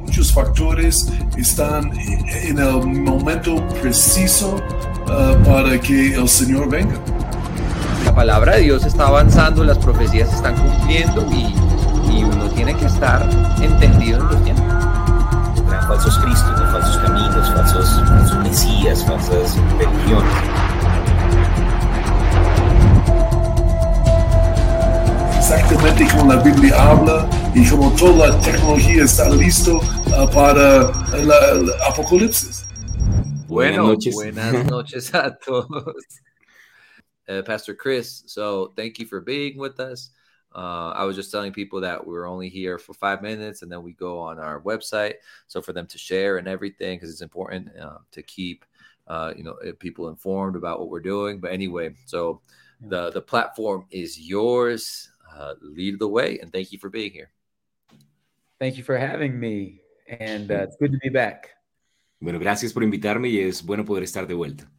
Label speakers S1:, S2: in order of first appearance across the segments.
S1: muchos factores están en el momento preciso uh, para que el Señor venga.
S2: La palabra de Dios está avanzando, las profecías se están cumpliendo y, y uno tiene que estar entendido en los tiempos.
S3: Eran falsos cristos, falsos caminos, falsos, falsos mesías, falsas religiones.
S1: exactamente como la Biblia habla y como toda la tecnología está listo uh, para el, el apocalipsis.
S2: Bueno, buenas noches, buenas noches a todos. Uh, Pastor Chris, so thank you for being with us. Uh, I was just telling people that we are only here for five minutes and then we go on our website. So for them to share and everything, because it's important um, to keep uh, you know people informed about what we're doing. But anyway, so the the platform is yours. Uh, lead the way. And thank you for being here.
S4: Thank you for having me. And uh, it's good to be back.
S3: Bueno, gracias por invitarme y es bueno poder estar de vuelta.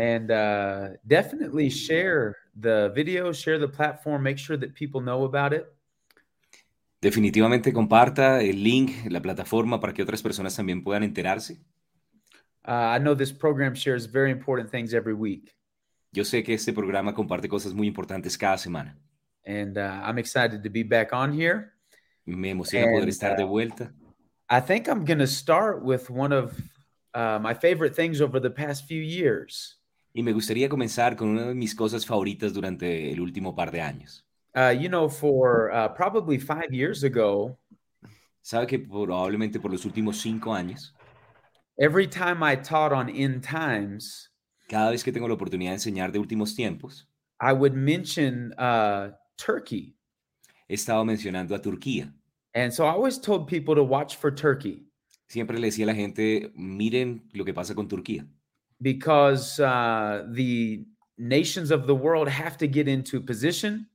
S4: And uh, definitely share the video, share the platform, make sure that people know about it.
S3: Definitivamente comparta el link, la plataforma para que otras personas también puedan enterarse.
S4: Uh, I know this program shares very important things every week.
S3: Yo sé que este programa comparte cosas muy importantes cada semana.
S4: and uh, I'm excited to be back on here.
S3: Me emociona and, poder estar de vuelta.
S4: Uh, I think I'm going to start with one of uh, my favorite things over the past few years.
S3: Y me gustaría comenzar con una de mis cosas favoritas durante el último par de años.
S4: Uh, you know, for uh, probably five years ago.
S3: Sabe que probablemente por los últimos cinco años.
S4: Every time I taught on end times.
S3: Cada vez que tengo la oportunidad de enseñar de últimos tiempos.
S4: I would mention uh, Turkey.
S3: He estado mencionando a Turquía.
S4: And so I always told people to watch for Turkey.
S3: Siempre le decía a la gente, miren lo que pasa con Turquía.
S4: Because uh, the nations of the world have to get into position.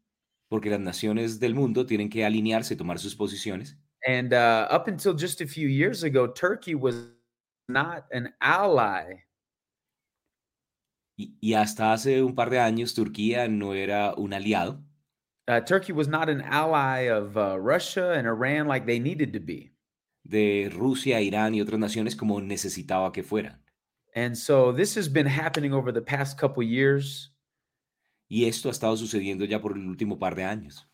S3: Porque las naciones del mundo tienen que alinearse, tomar sus posiciones.
S4: And uh, up until just a few years ago, Turkey was not an ally.
S3: Y, y hasta hace un par de años, Turquía no era un aliado.
S4: Uh, Turkey was not an ally of uh, Russia and Iran like they needed to be.
S3: De Rusia, Irán y otras naciones como necesitaba que fueran.
S4: And so this has been happening over the past couple years.
S3: Y esto ha estado sucediendo ya por el último par de años.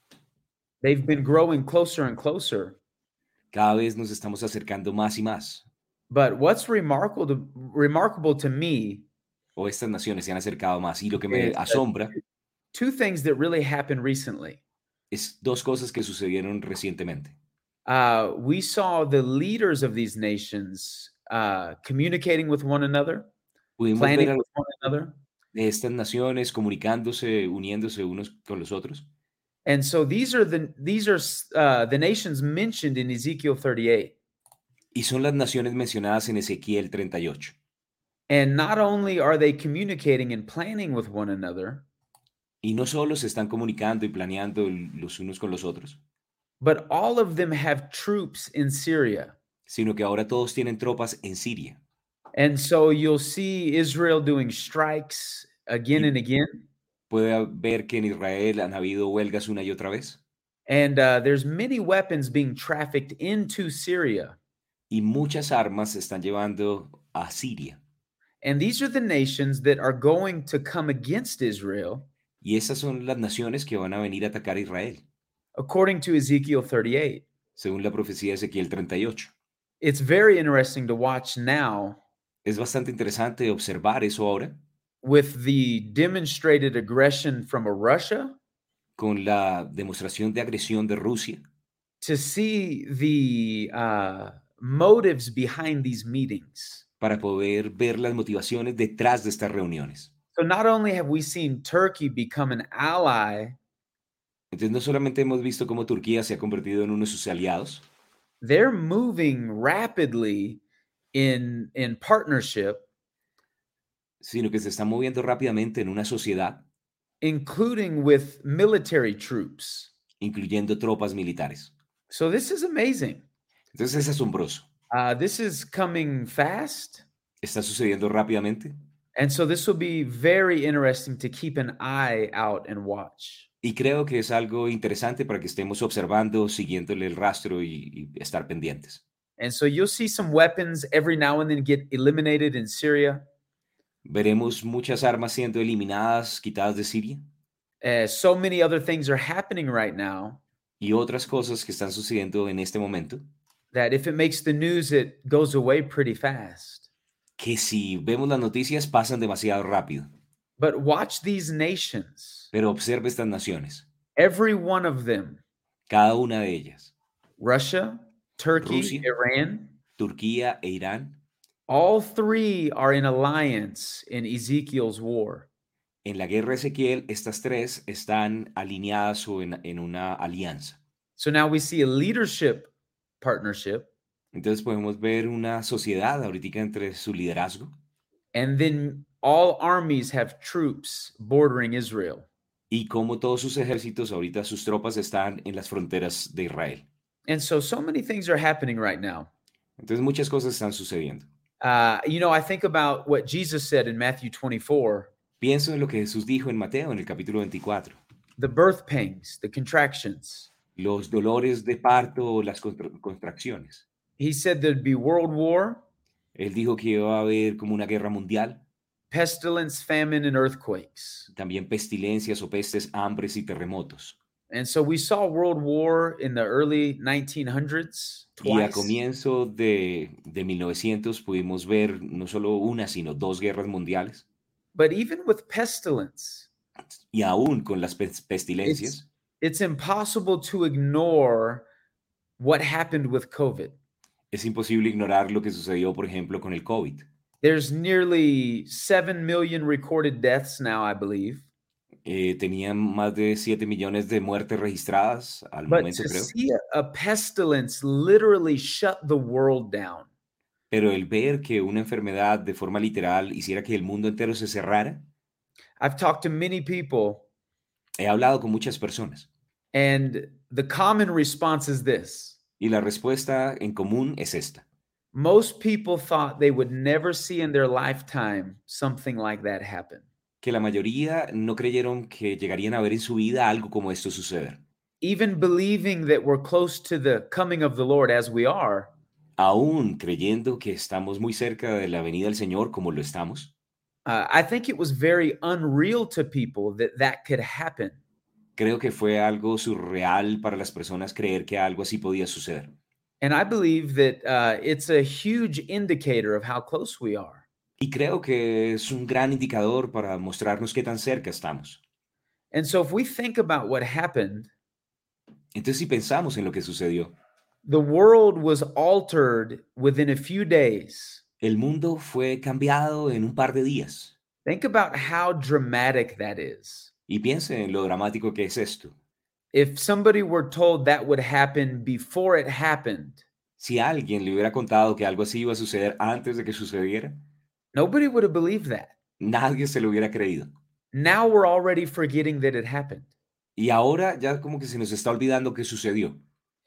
S4: They've been growing closer and closer.
S3: Cada vez nos estamos acercando más y más.
S4: But what's remarkable to, remarkable to me
S3: o estas naciones se han acercado más y lo que me asombra
S4: two things that really happened recently.
S3: Es dos cosas que sucedieron recientemente.
S4: Uh, we saw the leaders of these nations uh, communicating with one another,
S3: Pudimos
S4: planning
S3: ver a
S4: with one another.
S3: de estas naciones comunicándose, uniéndose unos con los otros.
S4: And so these are the these are uh, the nations mentioned in Ezekiel 38.
S3: Y son las naciones mencionadas en Ezequiel 38.
S4: And not only are they communicating and planning with one another,
S3: y no solo se están comunicando y planeando los unos con los otros,
S4: but all of them have troops in Syria.
S3: sino que ahora todos tienen tropas en Siria.
S4: And so you'll see Israel doing strikes again and again.
S3: Puede ver que en Israel han habido huelgas una y otra vez
S4: And uh, there's many weapons being trafficked into Syria.
S3: y muchas armas se están llevando a Siria.
S4: And these are the nations that are going to come against Israel
S3: Y esas son las naciones que van a venir a atacar a Israel,
S4: according to Ezekiel 38.
S3: según la profecía de Ezequiel 38.
S4: It's very interesting to watch now
S3: Es bastante interesante observar eso ahora
S4: with the demonstrated aggression from Russia
S3: con la demostración de agresión de Rusia,
S4: to see the uh, motives behind these meetings.
S3: para poder ver las motivaciones detrás de estas reuniones.
S4: So not only have we seen Turkey become an ally,
S3: Entonces, no solamente hemos visto cómo Turquía se ha convertido en uno de sus aliados,
S4: they're moving rapidly in in partnership,
S3: sino que se está moviendo rápidamente en una sociedad,
S4: including with military troops.
S3: incluyendo tropas militares.
S4: So this is amazing.
S3: Entonces, es asombroso.
S4: Uh, this is coming fast.
S3: Está sucediendo rápidamente
S4: And so this will be very interesting to keep an eye out and watch.
S3: y creo que es algo interesante para que estemos observando, siguiéndole el rastro y, y estar pendientes.
S4: And so you'll see some weapons every now and then get eliminated in Syria.
S3: Veremos muchas armas siendo eliminadas, quitadas de Siria.
S4: Uh, so many other things are happening right now
S3: Y otras cosas que están sucediendo en este momento,
S4: that if it makes the news, it goes away pretty fast.
S3: que si vemos las noticias pasan demasiado rápido.
S4: But watch these nations,
S3: Pero observe estas naciones,
S4: every one of them
S3: cada una de ellas,
S4: Russia, Turkey,
S3: Rusia.
S4: Iran,
S3: Turquía e Irán,
S4: all three are in alliance in Ezekiel's war.
S3: en la guerra de Ezequiel, estas tres están alineadas o en, en una alianza.
S4: So now we see a leadership partnership
S3: Entonces podemos ver una sociedad ahorita entre su liderazgo
S4: And then all armies have troops bordering Israel.
S3: y cómo todos sus ejércitos, ahorita sus tropas están en las fronteras de Israel.
S4: And so, so many things are happening right now.
S3: Entonces muchas cosas están sucediendo.
S4: Uh, you know, I think about what Jesus said in Matthew 24
S3: Pienso en lo que Jesús dijo en Mateo, en el capítulo 24.
S4: the birth pangs, the contractions.
S3: Los dolores de parto, las contra- contracciones.
S4: He said there'd be world war,
S3: Él dijo que iba a haber como una guerra mundial,
S4: pestilence, famine, and earthquakes.
S3: también pestilencias o pestes, hambres y terremotos.
S4: And so, we saw world war in the early 1900s
S3: Y a
S4: twice.
S3: comienzo de, de 1900 pudimos ver no solo una, sino dos guerras mundiales.
S4: But even with pestilence,
S3: Y aún con las pes- pestilencias,
S4: it's impossible to ignore what happened with COVID.
S3: es imposible ignorar lo que sucedió, por ejemplo, con el COVID.
S4: There's nearly 7 million recorded deaths now, I believe.
S3: Eh, tenían más de 7 millones de muertes registradas al
S4: But
S3: momento,
S4: to
S3: creo.
S4: see a- a pestilence literally shut the world down,
S3: Pero el ver que una enfermedad de forma literal hiciera que el mundo entero se cerrara,
S4: I've talked to many people,
S3: he hablado con muchas personas.
S4: and the common response is this
S3: Y la respuesta en común es esta.
S4: most people thought they would never see in their lifetime something like that happen.
S3: que la mayoría no creyeron que llegarían a ver en su vida algo como esto suceder.
S4: Even believing that we're close to the coming of the Lord as we are,
S3: Aún creyendo que estamos muy cerca de la venida del Señor como lo estamos,
S4: uh, I think it was very unreal to people that that could happen.
S3: creo que fue algo surreal para las personas creer que algo así podía suceder.
S4: And I believe that uh, it's a huge indicator of how close we are.
S3: Y creo que es un gran indicador para mostrarnos qué tan cerca estamos.
S4: And so, if we think about what happened,
S3: Entonces, si pensamos en lo que sucedió,
S4: the world was altered within a few days.
S3: el mundo fue cambiado en un par de días.
S4: Think about how dramatic that is.
S3: Y piensen en lo dramático que es esto.
S4: If somebody were told that would happen before it happened,
S3: Si alguien le hubiera contado que algo así iba a suceder antes de que sucediera,
S4: nobody would have believed that.
S3: nadie se lo hubiera creído.
S4: Now we're already forgetting that it happened.
S3: Y ahora ya como que se nos está olvidando que sucedió,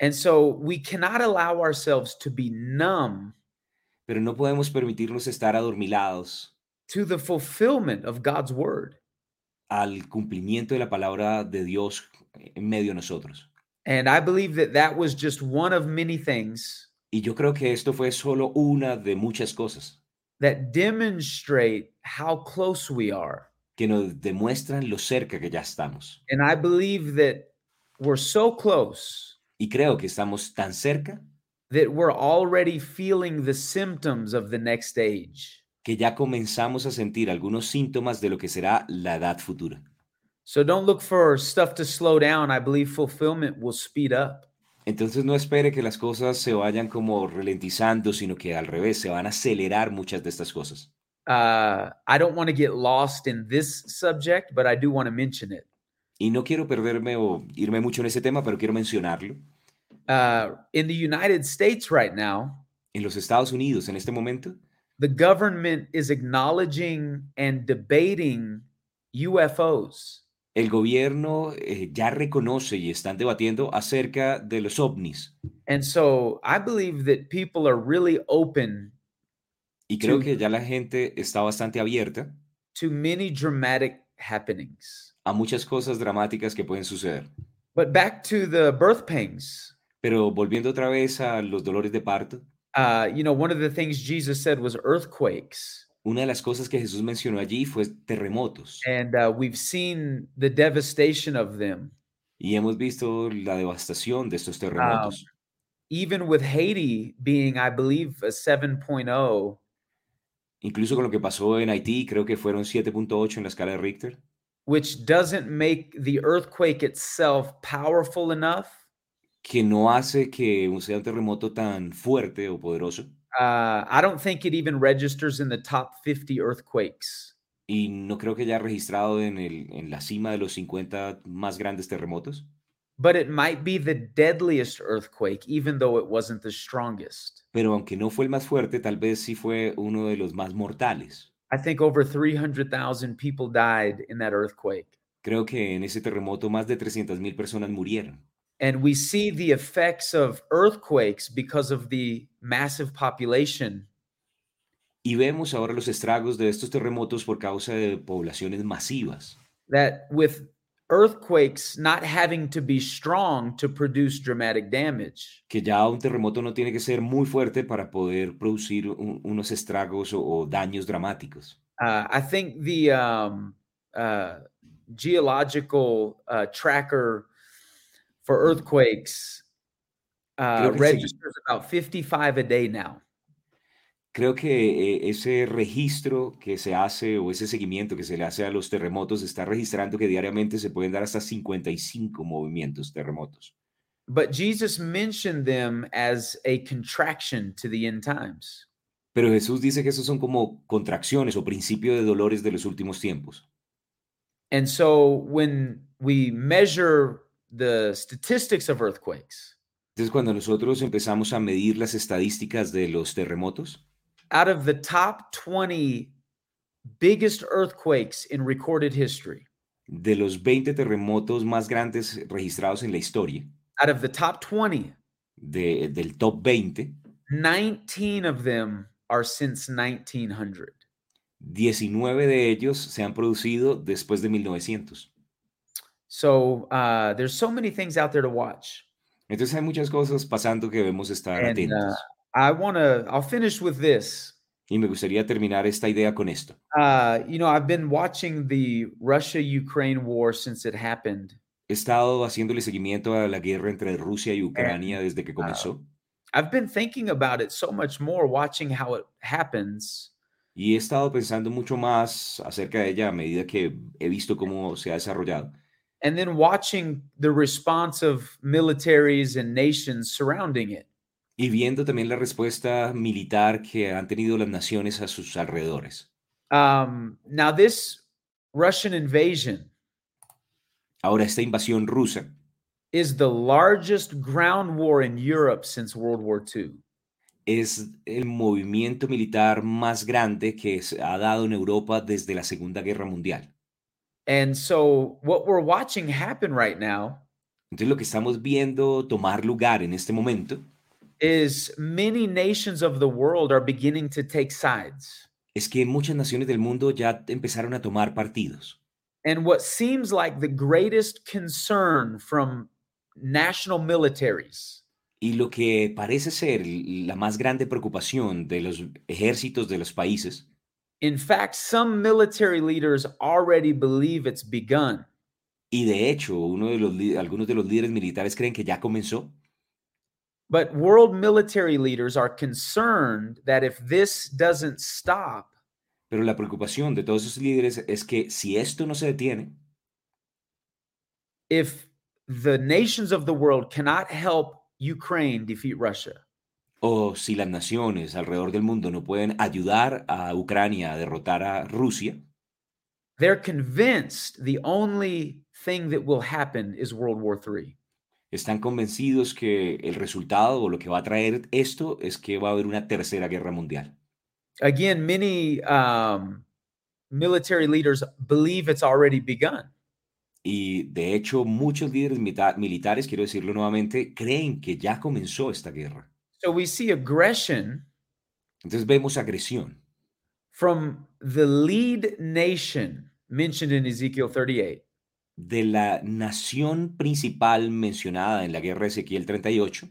S4: And so we cannot allow ourselves to be numb
S3: pero no podemos permitirnos estar adormilados
S4: to the fulfillment of God's word.
S3: al cumplimiento de la palabra de Dios en medio de nosotros.
S4: And I believe that that was just one of many things
S3: Y yo creo que esto fue solo una de muchas cosas
S4: that demonstrate how close we are.
S3: que nos demuestran lo cerca que ya estamos.
S4: And I believe that we're so close
S3: Y creo que estamos tan cerca
S4: that we're already feeling the symptoms of the next age.
S3: que ya comenzamos a sentir algunos síntomas de lo que será la edad futura.
S4: So don't look for stuff to slow down. I believe fulfillment will speed up.
S3: Entonces no espere que las cosas se vayan como ralentizando, sino que al revés, se van a acelerar muchas de estas cosas.
S4: Uh, I don't want to get lost in this subject, but I do want to mention it.
S3: y no quiero perderme o irme mucho en ese tema, pero quiero mencionarlo.
S4: Uh, in the United States right now,
S3: En los Estados Unidos, en este momento,
S4: the government is acknowledging and debating UFOs.
S3: el gobierno eh, ya reconoce y están debatiendo acerca de los ovnis.
S4: And so I believe that people are really open
S3: Y creo
S4: Sí.
S3: que ya la gente está bastante abierta
S4: to many dramatic happenings.
S3: a muchas cosas dramáticas que pueden suceder.
S4: But back to the birth pangs.
S3: Pero volviendo otra vez a los dolores de parto,
S4: uh, you know, one of the things Jesus said was earthquakes.
S3: Una de las cosas que Jesús mencionó allí fue terremotos.
S4: And uh, we've seen the devastation of them.
S3: Y hemos visto la devastación de estos terremotos.
S4: Even with Haiti being, I believe, a oh, 7.0,
S3: Incluso con lo que pasó en Haití, creo que fueron 7.8 en la escala de Richter,
S4: which doesn't make the earthquake itself powerful enough
S3: que no hace que un- sea un terremoto tan fuerte o poderoso.
S4: uh, I don't think it even registers in the top 50 earthquakes.
S3: Y no creo que haya registrado en, el, en la cima de los 50 más grandes terremotos,
S4: But it might be the deadliest earthquake, even though it wasn't the strongest.
S3: pero aunque no fue el más fuerte, tal vez sí fue uno de los más mortales.
S4: I think over 300,000 people died in that earthquake.
S3: Creo que en ese terremoto más de 300.000 personas murieron.
S4: And we see the effects of earthquakes because of the massive population.
S3: Y vemos ahora los estragos de estos terremotos por causa de poblaciones masivas.
S4: That with earthquakes not having to be strong to produce dramatic damage,
S3: que ya un terremoto no tiene que ser muy fuerte para poder producir un- unos estragos o, o daños dramáticos.
S4: uh, I think the um, uh, geological uh, tracker for earthquakes uh,
S3: Creo que sí.
S4: registers about 55 a day now.
S3: Creo que eh, ese registro que se hace o ese seguimiento que se le hace a los terremotos está registrando que diariamente se pueden dar hasta 55 movimientos terremotos.
S4: But Jesus mentioned them as a contraction to the end times.
S3: Pero Jesús dice que esos son como contracciones o principio de dolores de los últimos tiempos.
S4: And so when we measure the statistics of earthquakes,
S3: Entonces, cuando nosotros empezamos a medir las estadísticas de los terremotos,
S4: out of the top 20 biggest earthquakes in recorded history,
S3: de los 20 terremotos más grandes registrados en la historia,
S4: out of the top 20,
S3: de- del top 20,
S4: 19 of them are since 1900.
S3: 19 de ellos se han producido después de 1900.
S4: So uh, there's so many things out there to watch.
S3: Entonces hay muchas cosas pasando que debemos estar
S4: And,
S3: atentos.
S4: I want to, I'll finish with this.
S3: Y me gustaría terminar esta idea con esto.
S4: Uh, you know, I've been watching the Russia Ukraine war since it happened.
S3: He estado haciéndole seguimiento a la guerra entre Rusia y Ucrania desde que comenzó
S4: I've been thinking about it so much more watching how it happens.
S3: y he estado pensando mucho más acerca de ella a medida que he visto cómo se ha desarrollado
S4: and then watching the response of militaries and nations surrounding it.
S3: y viendo también la respuesta militar que han tenido las naciones a sus alrededores.
S4: Um, now, this Russian invasion
S3: Ahora, esta invasión rusa
S4: is the largest ground war in Europe since World War II.
S3: es el movimiento militar más grande que se ha dado en Europa desde la Segunda Guerra Mundial.
S4: And so, what we're watching happen right now
S3: Entonces lo que estamos viendo tomar lugar en este momento
S4: is many nations of the world are beginning to take sides.
S3: es que muchas naciones del mundo ya empezaron a tomar partidos.
S4: And what seems like the greatest concern from national militaries
S3: Y lo que parece ser la más grande preocupación de los ejércitos de los países,
S4: In fact, some military leaders already believe it's begun
S3: y de hecho uno de los lí- algunos de los líderes militares creen que ya comenzó,
S4: But world military leaders are concerned that if this doesn't stop,
S3: pero la preocupación de todos esos líderes es que si esto no se detiene,
S4: if the nations of the world cannot help Ukraine defeat Russia,
S3: o si las naciones alrededor del mundo no pueden ayudar a Ucrania a derrotar a Rusia,
S4: they're convinced the only thing that will happen is World War III.
S3: están convencidos que el resultado o lo que va a traer esto es que va a haber una tercera guerra mundial.
S4: Again, many um, military leaders believe it's already begun.
S3: Y de hecho muchos líderes mita- militares, quiero decirlo nuevamente, creen que ya comenzó esta guerra.
S4: So we see aggression
S3: Entonces vemos agresión
S4: from the lead nation mentioned in Ezekiel 38.
S3: de la nación principal mencionada en la guerra de Ezequiel 38,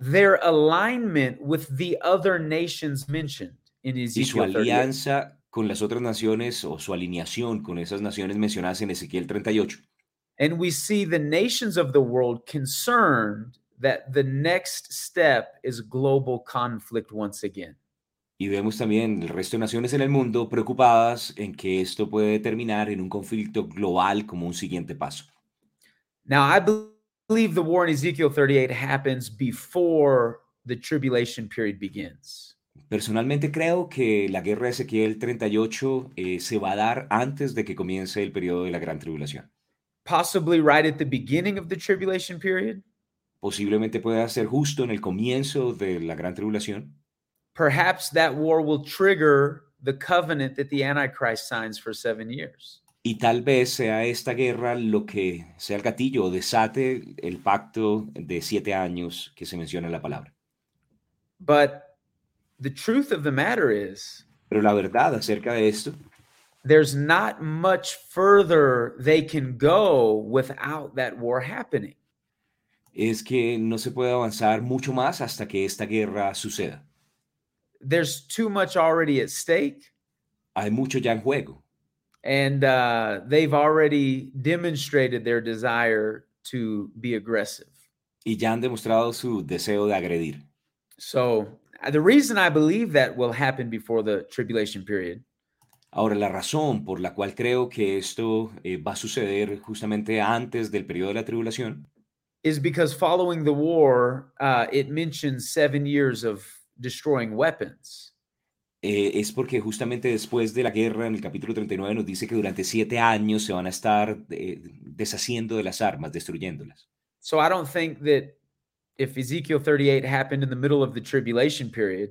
S4: their alignment with the other nations mentioned in
S3: y su
S4: Ezekiel 38.
S3: alianza con las otras naciones o su alineación con esas naciones mencionadas en Ezequiel 38.
S4: And we see the nations of the world concerned that the next step is global conflict once again.
S3: Y vemos también el resto de naciones en el mundo preocupadas en que esto puede terminar en un conflicto global como un siguiente paso.
S4: Now, I believe the war in Ezekiel 38 happens before the tribulation period begins.
S3: Personalmente creo que la guerra de Ezequiel 38 eh, se va a dar antes de que comience el periodo de la gran tribulación.
S4: Possibly right at the beginning of the tribulation period,
S3: Posiblemente pueda ser justo en el comienzo de la gran tribulación.
S4: perhaps that war will trigger the covenant that the Antichrist signs for seven years.
S3: Y tal vez sea esta guerra lo que sea el gatillo o desate el pacto de siete años que se menciona en la palabra.
S4: But the truth of the matter is,
S3: Pero la verdad acerca de esto
S4: there's not much further they can go without that war happening.
S3: es que no se puede avanzar mucho más hasta que esta guerra suceda.
S4: There's too much already at stake.
S3: Hay mucho ya en juego
S4: and uh, they've already demonstrated their desire to be aggressive.
S3: y ya han demostrado su deseo de agredir.
S4: So uh, the reason I believe that will happen before the tribulation period
S3: Ahora, la razón por la cual creo que esto eh, va a suceder justamente antes del periodo de la tribulación
S4: is because following the war, uh, it mentions seven years of destroying weapons.
S3: eh, es porque justamente después de la guerra, en el capítulo 39, nos dice que durante siete años se van a estar eh, deshaciendo de las armas, destruyéndolas.
S4: So I don't think that if Ezekiel 38 happened in the middle of the tribulation period,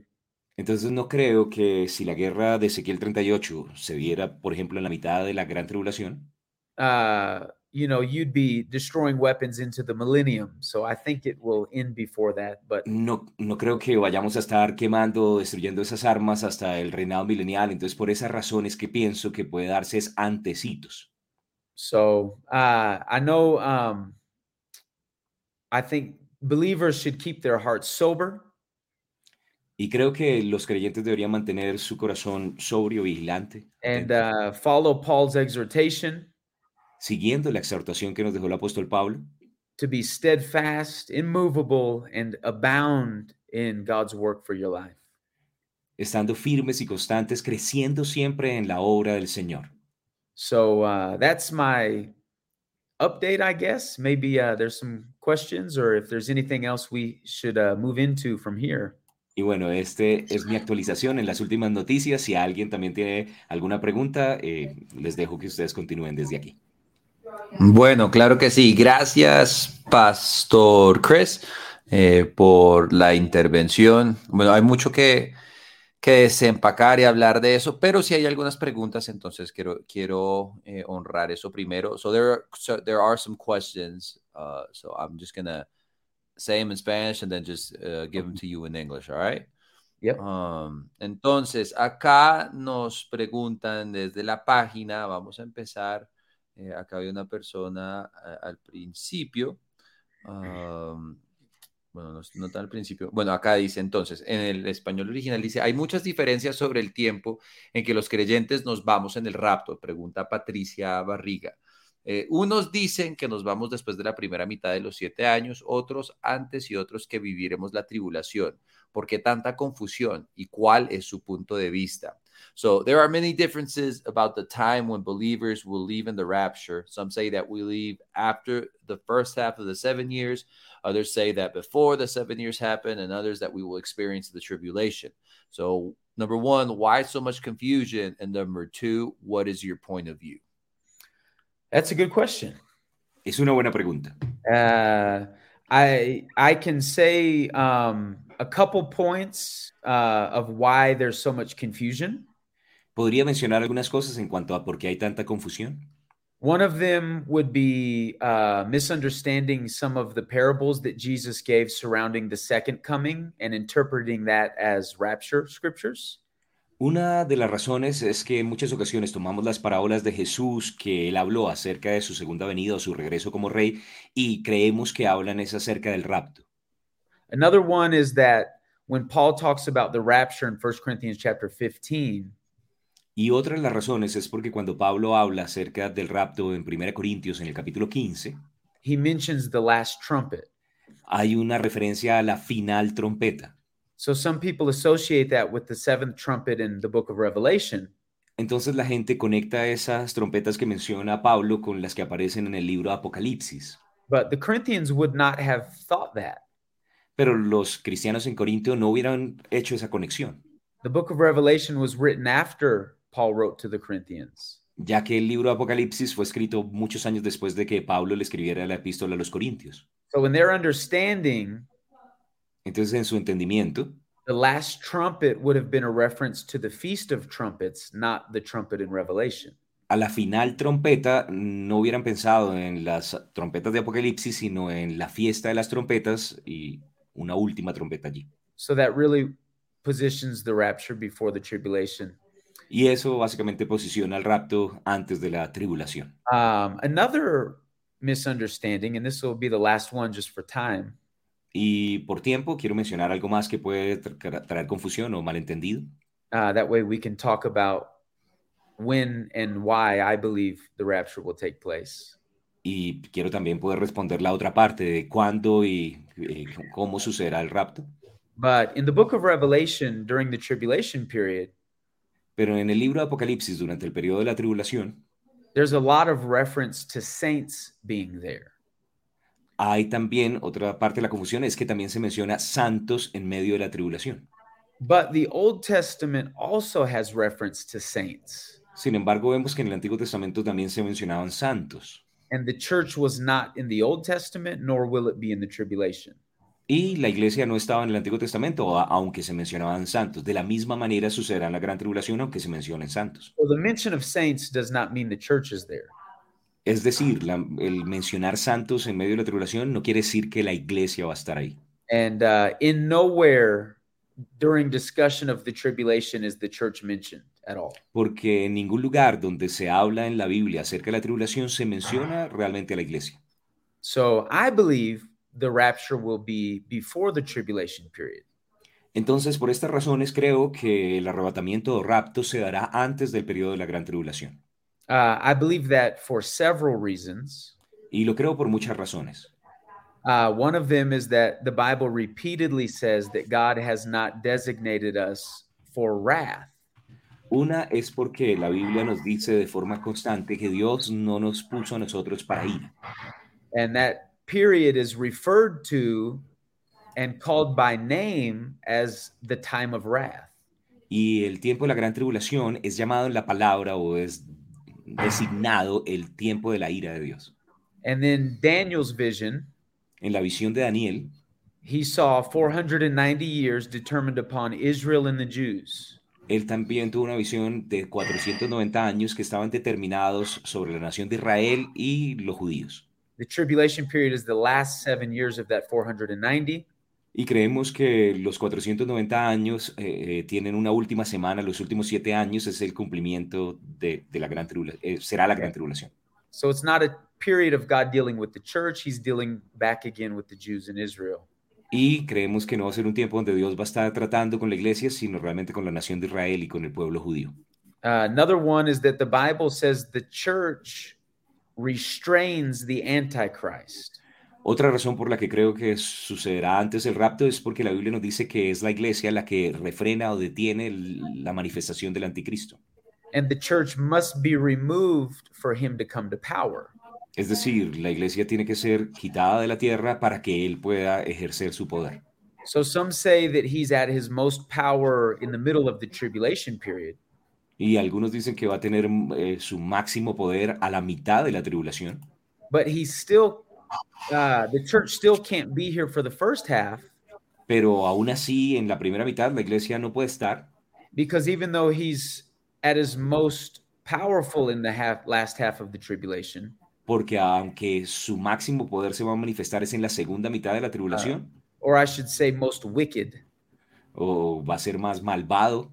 S3: Entonces no creo que si la guerra de Ezequiel 38 se viera, por ejemplo, en la mitad de la gran tribulación,
S4: uh, you know, you'd be destroying weapons into the millennium. So I think it will end before that. But
S3: no, no creo que vayamos a estar quemando o destruyendo esas armas hasta el reinado milenial. Entonces por esas razones que pienso que puede darse es antecitos.
S4: So uh, I know um, I think believers should keep their hearts sober.
S3: Y creo que los creyentes deberían mantener su corazón sobrio, vigilante,
S4: and
S3: atento,
S4: uh, follow Paul's exhortation
S3: siguiendo la exhortación que nos dejó el apóstol Pablo
S4: to be steadfast, immovable, and abound in God's work for your life.
S3: estando firmes y constantes, creciendo siempre en la obra del Señor.
S4: So uh, that's my update, I guess. Maybe uh, there's some questions, or if there's anything else we should uh, move into from here.
S3: Y bueno, este es mi actualización en las últimas noticias. Si alguien también tiene alguna pregunta, eh, les dejo que ustedes continúen desde aquí.
S2: Bueno, claro que sí. Gracias, Pastor Chris, eh, por la intervención. Bueno, hay mucho que, que desempacar y hablar de eso, pero si hay algunas preguntas, entonces quiero, quiero eh, honrar eso primero. So there, are, so there are some questions. uh, so I'm just gonna say them in Spanish and then just uh, give them to you in English, all right?
S4: Yep.
S2: Um, entonces, acá nos preguntan desde la página, vamos a empezar. Eh, acá había una persona eh, al principio. am, bueno, no, no tan al principio. Bueno, acá dice entonces, en el español original dice, hay muchas diferencias sobre el tiempo en que los creyentes nos vamos en el rapto, pregunta Patricia Barriga. Eh, unos dicen que nos vamos después de la primera mitad de los siete años, otros antes y otros que viviremos la tribulación. ¿Por qué tanta confusión y cuál es su punto de vista? So there are many differences about the time when believers will leave in the rapture. Some say that we leave after the first half of the seven years. Others say that before the seven years happen, and others that we will experience the tribulation. So, number one, why so much confusion? And number two, what is your point of view?
S4: That's a good question.
S3: Es una buena pregunta.
S4: Uh, I I can say um, a couple points uh, of why there's so much confusion.
S3: Podría mencionar algunas cosas en cuanto a por qué hay tanta confusión.
S4: One of them would be uh, misunderstanding some of the parables that Jesus gave surrounding the second coming and interpreting that as rapture scriptures.
S3: Una de las razones es que en muchas ocasiones tomamos las parábolas de Jesús que él habló acerca de su segunda venida o su regreso como rey y creemos que hablan es acerca del rapto.
S4: Another one is that when Paul talks about the rapture in 1 Corinthians chapter 15,
S3: Y otra de las razones es porque cuando Pablo habla acerca del rapto en 1 Corintios en el capítulo 15,
S4: he mentions the last trumpet.
S3: hay una referencia a la final trompeta.
S4: So some people associate that with the seventh trumpet in the book of Revelation.
S3: Entonces la gente conecta esas trompetas que menciona Pablo con las que aparecen en el libro Apocalipsis.
S4: But the Corinthians would not have thought that.
S3: Pero los cristianos en Corinto no hubieran hecho esa conexión,
S4: The book of Revelation was written after Paul wrote to the Corinthians.
S3: ya que el libro Apocalipsis fue escrito muchos años después de que Pablo le escribiera la epístola a los Corintios.
S4: So in their understanding,
S3: Entonces en su entendimiento,
S4: the last trumpet would have been a reference to the Feast of Trumpets, not the trumpet in Revelation.
S3: a la final trompeta no hubieran pensado en las trompetas de Apocalipsis, sino en la fiesta de las trompetas y una última trompeta allí.
S4: So that really positions the rapture before the tribulation.
S3: Y eso básicamente posiciona al rapto antes de la tribulación.
S4: Um, another misunderstanding, and this will be the last one just for time,
S3: Y por tiempo quiero mencionar algo más que puede tra- traer confusión o malentendido.
S4: uh, that way we can talk about when and why I believe the rapture will take place.
S3: Y quiero también poder responder la otra parte de cuándo y eh, cómo sucederá el rapto.
S4: But in the book of Revelation, during the tribulation period,
S3: Pero en el libro de Apocalipsis, durante el periodo de la tribulación,
S4: there's a lot of reference to saints being there.
S3: Hay también otra parte de la confusión es que también se menciona santos en medio de la tribulación.
S4: But the Old Testament also has reference to saints,
S3: Sin embargo, vemos que en el Antiguo Testamento también se mencionaban santos
S4: and the church was not in the Old Testament, nor will it be in the tribulation.
S3: y la iglesia no estaba en el Antiguo Testamento, a- aunque se mencionaban santos. De la misma manera sucederá en la gran tribulación, aunque se mencionen santos.
S4: So the mention of saints does not mean the church is there.
S3: Es decir, la- el mencionar santos en medio de la tribulación no quiere decir que la iglesia va a estar ahí.
S4: And uh, in nowhere during discussion of the tribulation is the church mentioned at all.
S3: Porque en ningún lugar donde se habla en la Biblia acerca de la tribulación se menciona realmente a la iglesia.
S4: So I believe the rapture will be before the tribulation period.
S3: Entonces, por estas razones, creo que el arrebatamiento o rapto se dará antes del periodo de la gran tribulación.
S4: Uh, I believe that for several reasons.
S3: Y lo creo por muchas razones.
S4: Uh, one of them is that the Bible repeatedly says that God has not designated us for wrath.
S3: Una es porque la Biblia nos dice de forma constante que Dios no nos puso a nosotros para ir.
S4: And that period is referred to and called by name as the time of wrath.
S3: Y el tiempo de la gran tribulación es llamado en la palabra o es designado el tiempo de la ira de Dios.
S4: And then Daniel's vision,
S3: En la visión de Daniel,
S4: he saw 490 years determined upon Israel and the Jews.
S3: él también tuvo una visión de 490 años que estaban determinados sobre la nación de Israel y los judíos.
S4: The tribulation period is the last seven years of that 490.
S3: Y creemos que los 490 años eh, eh, tienen una última semana, los últimos siete años es el cumplimiento de, de la gran tribulación, será la gran tribulación.
S4: So it's not a period of God dealing with the church. He's dealing back again with the Jews in Israel.
S3: Y creemos que no va a ser un tiempo donde Dios va a estar tratando con la iglesia, sino realmente con la nación de Israel y con el pueblo judío.
S4: Uh, another one is that the Bible says the church restrains the Antichrist.
S3: Otra razón por la que creo que sucederá antes el rapto es porque la Biblia nos dice que es la iglesia la que refrena o detiene el- la manifestación del anticristo.
S4: And the church must be removed for him to come to power.
S3: Es decir, la iglesia tiene que ser quitada de la tierra para que él pueda ejercer su poder.
S4: So some say that he's at his most power in the middle of the tribulation period.
S3: Y algunos dicen que va a tener mm, eh, su máximo poder a la mitad de la tribulación,
S4: but he's still uh, the church still can't be here for the first half
S3: pero aún así en la primera mitad la iglesia no puede estar,
S4: because even though he's at his most powerful in the half, last half of the tribulation,
S3: porque aunque su máximo poder se va a manifestar es en la segunda mitad de la tribulación,
S4: or I should say most wicked,
S3: o va a ser más malvado,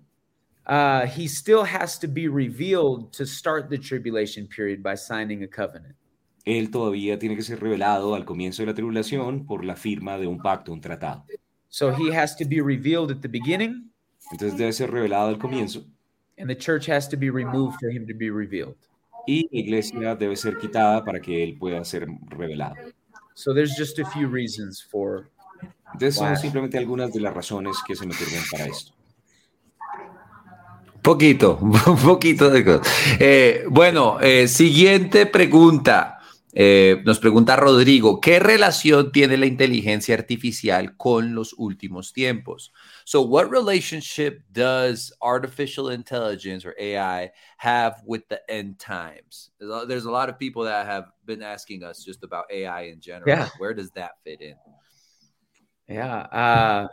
S4: uh, he still has to be revealed to start the tribulation period by signing a covenant.
S3: él todavía tiene que ser revelado al comienzo de la tribulación por la firma de un pacto, un tratado.
S4: So he has to be revealed at the beginning,
S3: Entonces debe ser revelado al comienzo
S4: and the church has to be removed for him to be revealed.
S3: y la iglesia debe ser quitada para que él pueda ser revelado.
S4: So there's just a few reasons for
S3: Entonces son
S4: Wow.
S3: simplemente algunas de las razones que se me ocurren para esto.
S2: Poquito, un poquito de cosas. Eh, bueno, eh, siguiente pregunta. Eh, nos pregunta Rodrigo, ¿qué relación tiene la inteligencia artificial con los últimos tiempos? So, what relationship does artificial intelligence or AI have with the end times? There's a- There's a lot of people that have been asking us just about AI in general.
S4: Yeah.
S2: Where does that fit in?
S4: yeah. Uh,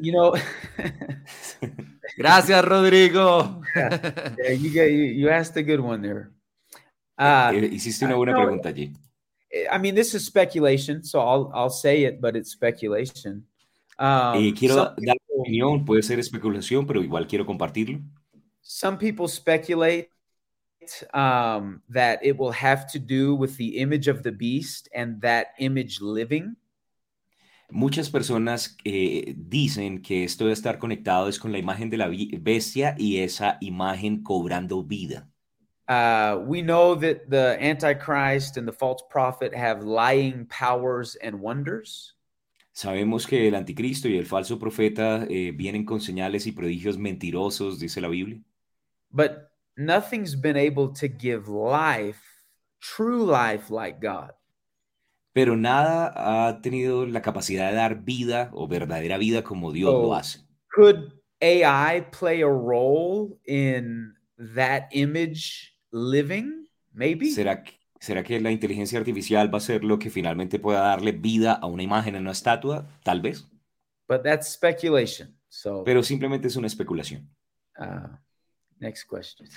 S4: you know,
S2: Gracias, Rodrigo.
S4: yeah, you get you, you asked a good one there. Uh,
S3: Eh, Hiciste una buena
S4: no.
S3: pregunta allí.
S4: I mean, this is speculation, so I'll I'll say it, but it's speculation. Um,
S3: Y Eh, quiero
S4: some,
S3: dar mi opinión, puede ser especulación, pero igual quiero compartirlo.
S4: some people speculate um, that it will have to do with the image of the beast and that image living.
S3: Muchas personas eh, dicen que esto de estar conectado es con la imagen de la vi- bestia y esa imagen cobrando vida.
S4: Uh, we know that the Antichrist and the false prophet have lying powers and wonders.
S3: Sabemos que el anticristo y el falso profeta eh, vienen con señales y prodigios mentirosos, dice la Biblia.
S4: but nothing's been able to give life, true life like God.
S3: pero nada ha tenido la capacidad de dar vida o verdadera vida como Dios lo
S4: Oh.
S3: hace.
S4: Could AI play a role in that image living? Maybe.
S3: ¿Será que, será que la inteligencia artificial va a ser lo que finalmente pueda darle vida a una imagen, a una estatua? Tal vez,
S4: But that's speculation. So,
S3: pero simplemente es una especulación.
S4: uh, next question.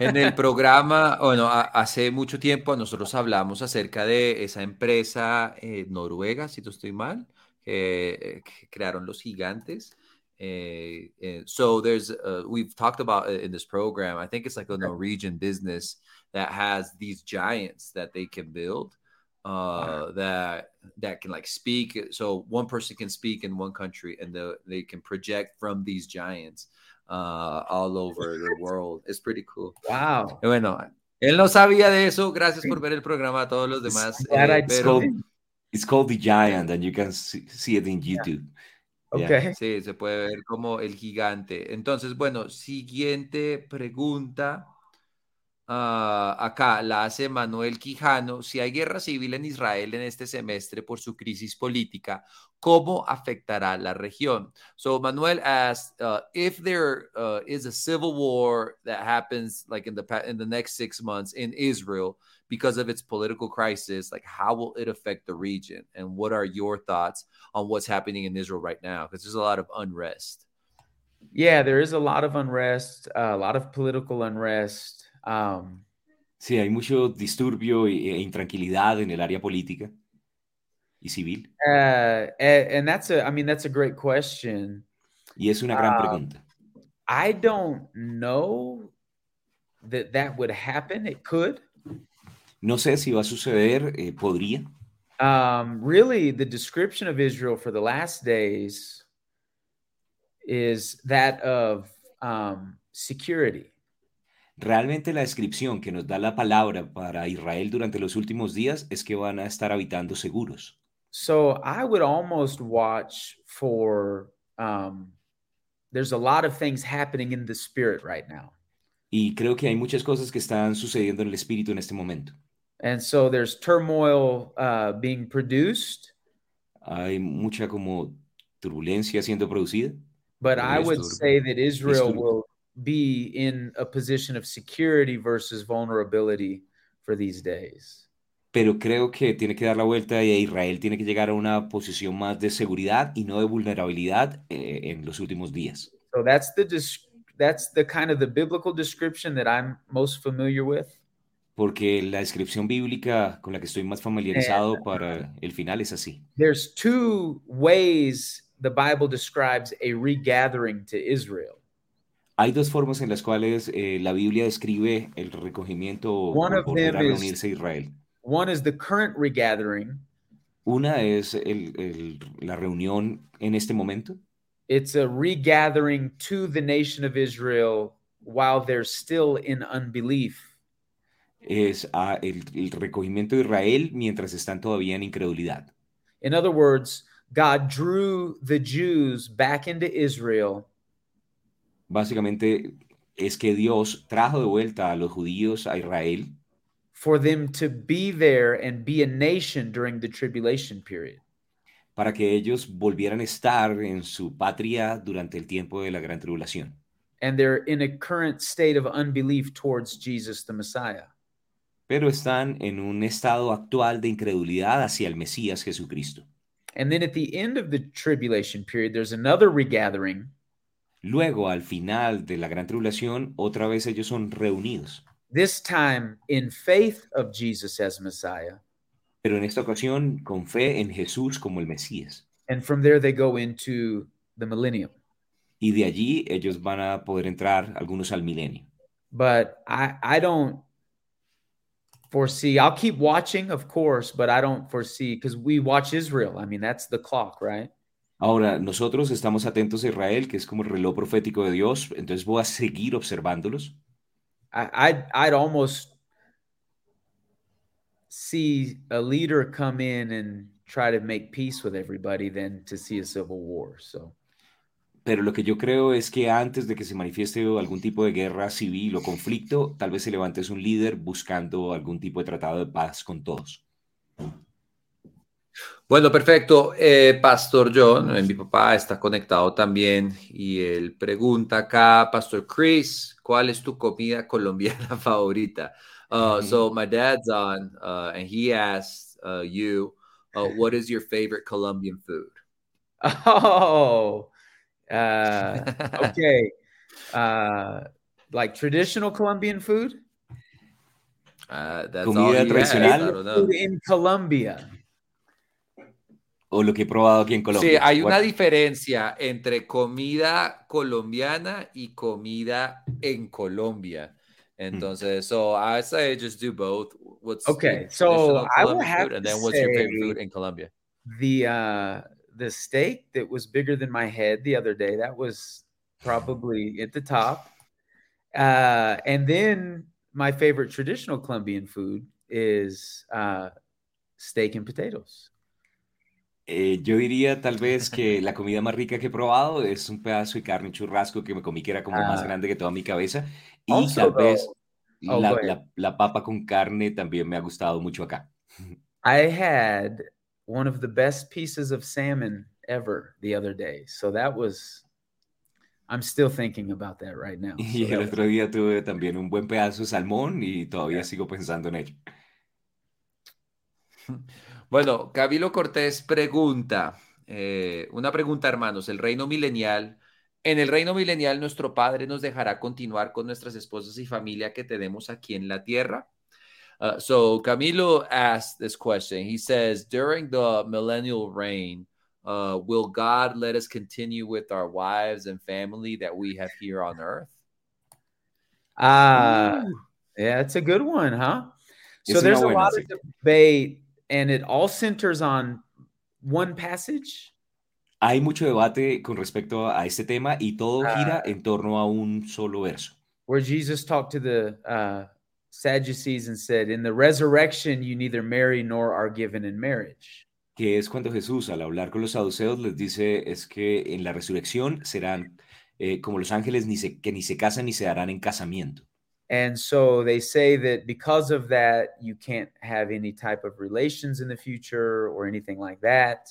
S2: En el programa, bueno, a- hace mucho tiempo nosotros hablamos acerca de esa empresa eh, noruega, si no estoy mal, que, eh, que crearon los gigantes. Eh, eh, so there's, uh, we've talked about it in this program, I think it's like a Norwegian business that has these giants that they can build. Uh, that that can like speak. So one person can speak in one country, and the, they can project from these giants uh, all over the world. It's pretty cool.
S4: Wow.
S2: Eh, Bueno, él no sabía de eso. Gracias por ver el programa a todos los
S3: Es
S2: demás.
S4: glad
S2: eh,
S4: I
S3: It's
S2: pero
S4: told
S3: called, it's called The Giant and you can see, see it in YouTube. Yeah.
S4: Okay.
S2: sí, se puede ver como el gigante. Entonces, bueno, siguiente pregunta. Ah, acá la hace Manuel Quijano. Si hay guerra civil en Israel en este semestre por su crisis política, ¿cómo afectará la región? So Manuel asked uh, if there uh, is a civil war that happens like in the pa- in the next six months in Israel because of its political crisis, like how will it affect the region? And what are your thoughts on what's happening in Israel right now? Because there's a lot of unrest.
S4: Yeah, there is a lot of unrest, uh, a lot of political unrest. Um,
S3: Sí, hay mucho disturbio y- e intranquilidad en el área política y civil.
S4: uh, a- and, that's a, I mean, that's a great question.
S3: Y es una gran
S4: Ah.
S3: pregunta.
S4: I don't know that that would happen. It could.
S3: No sé si va a suceder, eh, podría.
S4: Um, really, the description of Israel for the last days is that of um, security.
S3: Realmente la descripción que nos da la palabra para Israel durante los últimos días es que van a estar habitando seguros.
S4: So I would almost watch for. Um, there's a lot of things happening in the spirit right now.
S3: Y creo que hay muchas cosas que están sucediendo en el espíritu en este momento.
S4: And so there's turmoil uh, being produced,
S3: Hay mucha como turbulencia siendo producida,
S4: but I
S3: Yes,
S4: would
S3: Lord.
S4: say that Israel
S3: Lord.
S4: will be in a position of security versus vulnerability for these days.
S3: pero creo que tiene que dar la vuelta y Israel tiene que llegar a una posición más de seguridad y no de vulnerabilidad eh, en los últimos días.
S4: So that's the dis- that's the kind of the biblical description that I'm most familiar with.
S3: Porque la descripción bíblica con la que estoy más familiarizado para el final es así.
S4: There's two ways the Bible describes a regathering to Israel.
S3: Hay dos formas en las cuales eh, la Biblia describe el recogimiento o
S4: One
S3: o
S4: of
S3: volver
S4: them
S3: a
S4: is-
S3: reunirse a Israel.
S4: One is the current regathering,
S3: Una es el, el, la reunión en este momento.
S4: It's a regathering to the nation of Israel while they're still in unbelief.
S3: Es ah, el, el recogimiento de Israel mientras están todavía en incredulidad.
S4: In other words, God drew the Jews back into Israel
S3: Básicamente es que Dios trajo de vuelta a los judíos a Israel
S4: for them to be there and be a nation during the tribulation period.
S3: para que ellos volvieran a estar en su patria durante el tiempo de la gran tribulación.
S4: And they're in a current state of unbelief towards Jesus the Messiah.
S3: Pero están en un estado actual de incredulidad hacia el Mesías Jesucristo.
S4: And then at the end of the tribulation period, there's another regathering
S3: Luego, al final de la gran tribulación, otra vez ellos son reunidos.
S4: this time in faith of Jesus as Messiah.
S3: Pero en esta ocasión con fe en Jesús como el Mesías.
S4: And from there, they go into the millennium.
S3: Y de allí ellos van a poder entrar algunos al milenio.
S4: But I, I don't foresee, I'll keep watching, of course, but I don't foresee because we watch Israel. I mean, that's the clock, right?
S3: Ahora, nosotros estamos atentos a Israel, que es como el reloj profético de Dios, entonces voy a seguir observándolos.
S4: I, I'd, I'd almost see a leader come in and try to make peace with everybody than to see a civil war. So
S3: Pero lo que yo creo es que antes de que se manifieste algún tipo de guerra civil o conflicto, tal vez se levante un líder buscando algún tipo de tratado de paz con todos.
S2: Bueno, perfecto. Eh, Pastor John, eh, mi papá está conectado también y él pregunta acá, Pastor Chris, ¿cuál es tu comida colombiana favorita? Uh, So my dad's on uh, and he asked uh, you, uh, what is your favorite Colombian food?
S4: oh uh okay. uh like traditional Colombian food?
S2: Uh, that's all
S3: Comida
S2: he asked,
S3: tradicional.
S2: I don't know.
S4: Food in Colombia.
S3: O lo que he probado aquí en Colombia.
S2: Sí, hay una
S3: Bueno,
S2: diferencia entre comida colombiana y comida en Colombia. Entonces, so I say just do both. What's your
S4: Mm. Okay, so
S2: traditional
S4: I will
S2: Colombian
S4: have
S2: food, and
S4: to
S2: then what's your favorite
S4: say-
S2: food in Colombia?
S4: the uh the steak that was bigger than my head the other day that was probably at the top uh and then my favorite traditional colombian food is uh steak and potatoes
S3: eh, yo diría tal vez que la comida más rica que he probado es un pedazo de carne, un churrasco que me comí que era como más
S4: Ah.
S3: grande que toda mi cabeza. Y
S4: Also,
S3: tal vez
S4: Oh,
S3: la-
S4: go ahead.
S3: la- la papa con carne también me ha gustado mucho acá.
S4: i had one of the best pieces of salmon ever the other day so that was i'm still thinking about that right now So
S3: Y
S4: that
S3: el
S4: was-
S3: otro día tuve también un buen pedazo de salmón y todavía sigo pensando en ello.
S2: Bueno, Camilo Cortés pregunta, eh, una pregunta, hermanos, el reino milenial. En el reino milenial, nuestro Padre nos dejará continuar con nuestras esposas y familia que tenemos aquí en la tierra. Uh, so Camilo asked this question. He says, during the millennial reign, uh, will God let us continue with our wives and family that we have here on earth?
S4: Uh, yeah, it's a good one, huh? So
S3: It's
S4: there's a
S3: not
S4: lot of
S3: Wednesday.
S4: debate, and it all centers on one passage.
S3: Hay mucho debate con respecto a este tema y todo
S4: Ah.
S3: gira en torno a un solo verso.
S4: where Jesus talked to the uh, Sadducees and said, In the resurrection, you neither marry nor are given in marriage.
S3: que es cuando Jesús, al hablar con los saduceos, les dice es que en la resurrección serán eh, como los ángeles ni se, que ni se casan ni se darán en casamiento.
S4: And so they say that because of that, you can't have any type of relations in the future or anything like that.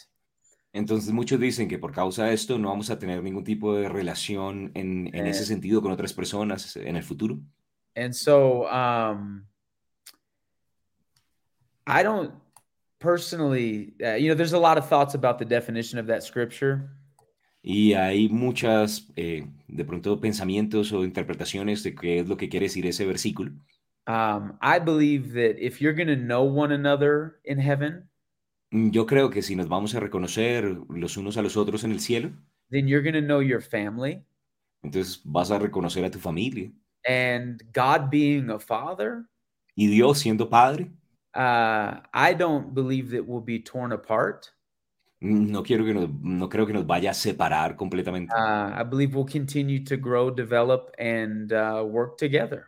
S3: Entonces muchos dicen que por causa de esto no vamos a tener ningún tipo de relación en, en ese
S4: Eh.
S3: sentido con otras personas en el futuro.
S4: And so um I don't personally uh, you know there's a lot of thoughts about the definition of that scripture.
S3: Y hay muchas, eh, de pronto, pensamientos o interpretaciones de qué es lo que quiere decir ese versículo.
S4: Um I believe that if you're going to know one another in heaven,
S3: Mm, Yo creo que si nos vamos a reconocer los unos a los otros en el cielo,
S4: then you're going to know your family
S3: entonces vas a reconocer a tu familia
S4: and God being a father
S3: y Dios siendo Padre.
S4: uh, I don't believe that we'll be torn apart.
S3: No quiero que nos, no creo que nos vaya a separar completamente,
S4: Uh, I believe we'll continue to grow, develop, and uh, work together.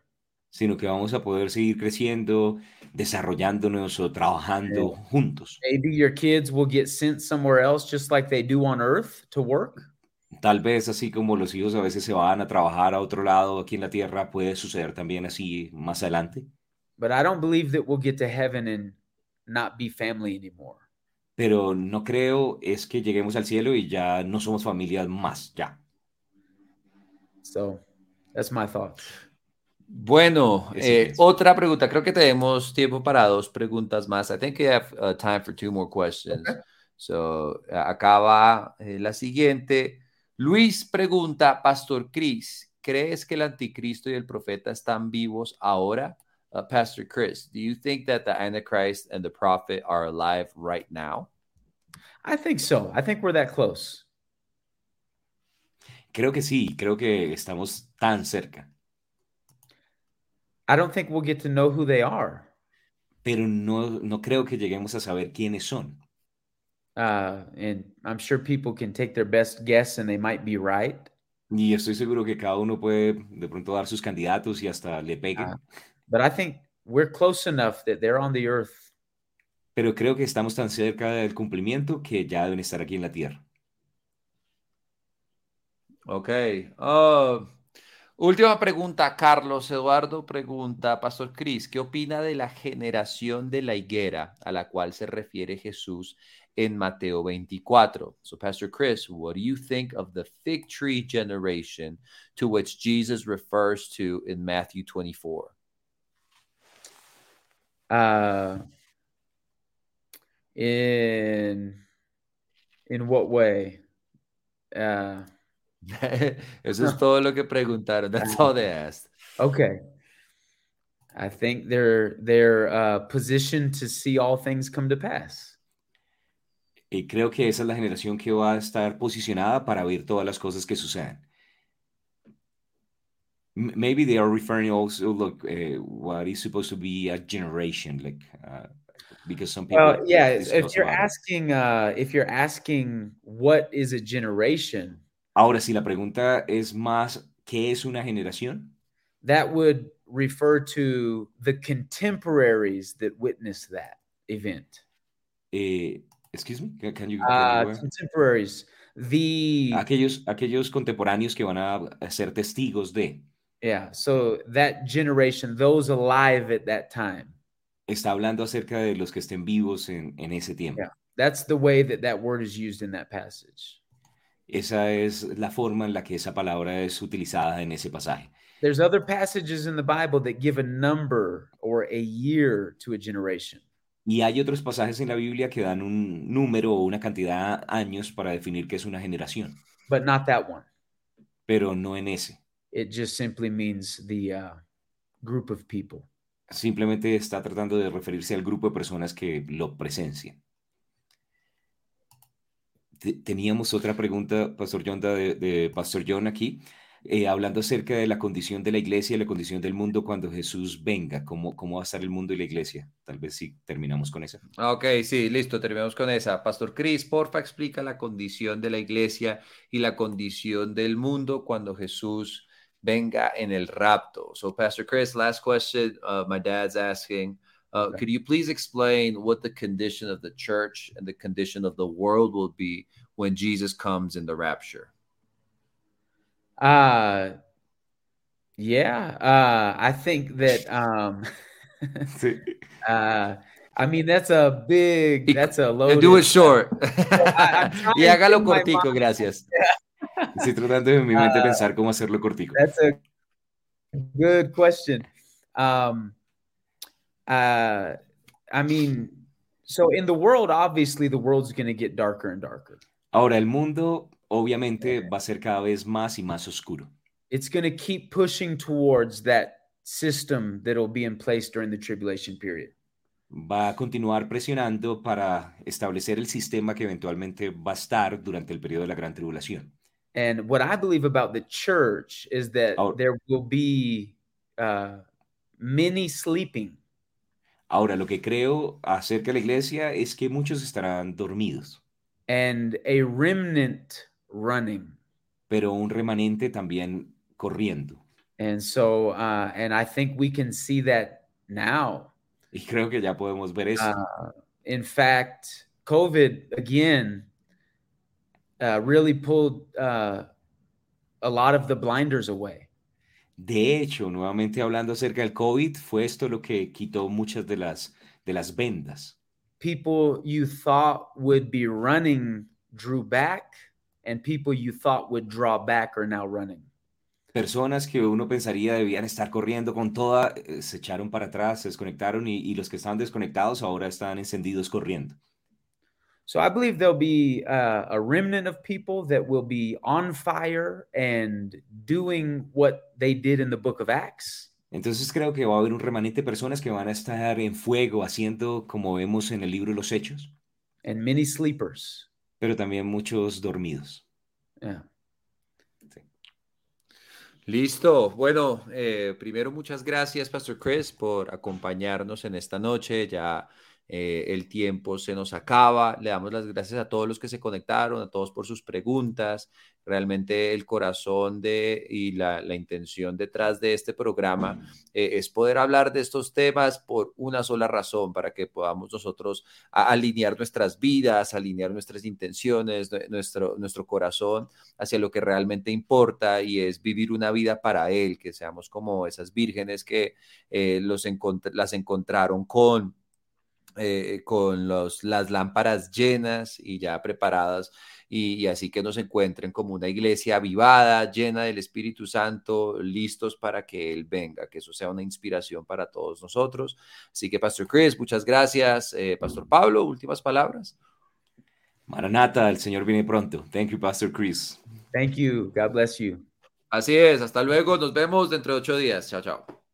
S3: sino que vamos a poder seguir creciendo, desarrollándonos o trabajando juntos.
S4: Maybe your kids will get sent somewhere else, just like they do on Earth, to work.
S3: Tal vez así como los hijos a veces se van a trabajar a otro lado aquí en la tierra, puede suceder también así más adelante.
S4: But I don't believe that we'll get to heaven and not be family anymore.
S3: Pero no creo es que lleguemos al cielo y ya no somos familias más, ya.
S4: So that's my thoughts.
S2: Bueno,
S3: Yes, it
S2: eh,
S3: is.
S2: otra pregunta. Creo que tenemos tiempo para dos preguntas más. I think we have uh, time for two more questions. So, eh, acaba eh, la siguiente. Luis pregunta, Pastor Chris, ¿crees que el anticristo y el profeta están vivos ahora? Uh, Pastor Chris, do you think that the Antichrist and the prophet are alive right now?
S4: I think so. I think we're that close.
S3: Creo que sí, creo que estamos tan cerca,
S4: I don't think we'll get to know who they are.
S3: pero no, no creo que lleguemos a saber quiénes son.
S4: Uh, and I'm sure people can take their best guess and they might be right.
S3: Y estoy seguro que cada uno puede de pronto dar sus candidatos y hasta le peguen,
S4: Ah. But I think we're close enough that they're on the earth.
S3: pero creo que estamos tan cerca del cumplimiento que ya deben estar aquí en la tierra.
S2: Ok. Ah, última pregunta, Carlos Eduardo pregunta, Pastor Cris, ¿qué opina de la generación de la higuera a la cual se refiere Jesús en Mateo 24? So, Pastor Chris, what do you think of the fig tree generation to which Jesus refers to in Matthew 24?
S4: Uh, in in what way? Uh,
S2: Eso es todo lo que preguntaron. That's all they asked.
S4: okay. I think they're they're uh, positioned to see all things come to pass.
S3: Y creo que esa es la generación que va a estar posicionada para ver todas las cosas que sucedan. M- Maybe they are referring also, look, eh, what is supposed to be a generation, like, uh, because some people
S4: Well, yeah.
S3: discuss
S4: If you're
S3: about it.
S4: asking, uh, if you're asking, what is a generation?
S3: Ahora, si la pregunta es más, ¿qué es una generación?
S4: that would refer to the contemporaries that witnessed that event.
S3: Eh, excuse me, can- can you- can you,
S4: Uh,
S3: uh,
S4: contemporaries, the
S3: aquellos, aquellos contemporáneos que van a, a ser testigos de,
S4: yeah, so that generation, those alive at that time.
S3: está hablando acerca de los que estén vivos en, en ese tiempo.
S4: Yeah. That's the way that that word is used in that passage.
S3: Esa es la forma en la que esa palabra es utilizada en ese pasaje.
S4: There's other passages in the Bible that give a number or a year to a generation.
S3: Y hay otros pasajes en la Biblia que dan un número o una cantidad de años para definir qué es una generación,
S4: But not that one.
S3: pero no en ese.
S4: It just simply means the uh, group of people.
S3: Simplemente está tratando de referirse al grupo de personas que lo presencian. Te- Teníamos otra pregunta, Pastor John, de, de Pastor John aquí, eh, hablando acerca de la condición de la iglesia y la condición del mundo cuando Jesús venga, cómo, cómo va a estar el mundo y la iglesia. Tal vez si terminamos con esa.
S2: Ah, Ok, sí, listo, terminamos con esa. Pastor Cris, porfa, explica la condición de la iglesia y la condición del mundo cuando Jesús venga en el rapto. So, Pastor Chris, last question uh, my dad's asking. Uh, could you please explain what the condition of the church and the condition of the world will be when Jesus comes in the rapture?
S4: Uh yeah, uh I think that um uh I mean that's a big
S2: Y-
S4: that's a load.
S2: And do it short.
S4: Oh, I- I'm trying
S2: y hágalo
S4: to my
S2: cortico, gracias.
S3: Estoy tratando en mi mente pensar cómo hacerlo cortico.
S4: That's a good question. Um uh I mean so in the world obviously the world's going to get darker and darker.
S3: Ahora, el mundo obviamente va a ser cada vez más y más oscuro.
S4: It's going to keep pushing towards that system that'll be in place during the tribulation period.
S3: Va a continuar presionando para establecer el sistema que eventualmente va a estar durante el periodo de la gran tribulación.
S4: And what I believe about the church is that
S3: Oh.
S4: there will be uh, many sleeping.
S3: Ahora, lo que creo acerca de la iglesia es que muchos estarán dormidos,
S4: and a remnant running.
S3: pero un remanente también corriendo.
S4: And so, uh, and I think we can see that now.
S3: Y creo que ya podemos ver eso.
S4: Uh, in fact, COVID again uh, really pulled uh, a lot of the blinders away.
S3: De hecho, nuevamente hablando acerca del COVID, fue esto lo que quitó muchas de las, de las vendas.
S4: People you thought would be running drew back, and people you thought would draw back are now running.
S3: Personas que uno pensaría debían estar corriendo con toda, eh, se echaron para atrás, se desconectaron y, y los que estaban desconectados ahora están encendidos corriendo.
S4: So I believe there'll be uh, a remnant of people that will be on fire and doing what they did in the book of Acts.
S3: Entonces creo que va a haber un remanente de personas que van a estar en fuego haciendo como vemos en el libro de los Hechos,
S4: and many sleepers.
S3: pero también muchos dormidos.
S4: Yeah.
S2: Listo. Bueno, eh, primero muchas gracias, Pastor Chris, por acompañarnos en esta noche. Ya eh, el tiempo se nos acaba. Le damos las gracias a todos los que se conectaron, a todos por sus preguntas. Realmente el corazón de, y la, la intención detrás de este programa eh, es poder hablar de estos temas por una sola razón, para que podamos nosotros a- alinear nuestras vidas, alinear nuestras intenciones, nue- nuestro, nuestro corazón hacia lo que realmente importa y es vivir una vida para Él, que seamos como esas vírgenes que eh, los encont- las encontraron con eh, con los, las lámparas llenas y ya preparadas, y, y así que nos encuentren como una iglesia avivada, llena del Espíritu Santo, listos para que Él venga, que eso sea una inspiración para todos nosotros. Así que, Pastor Chris, muchas gracias. Eh, Pastor Pablo, últimas palabras.
S3: Maranata, el Señor viene pronto. Thank you, Pastor Chris.
S4: Thank you. God bless you.
S2: Así es, hasta luego, nos vemos dentro de ocho días. Chao, chao.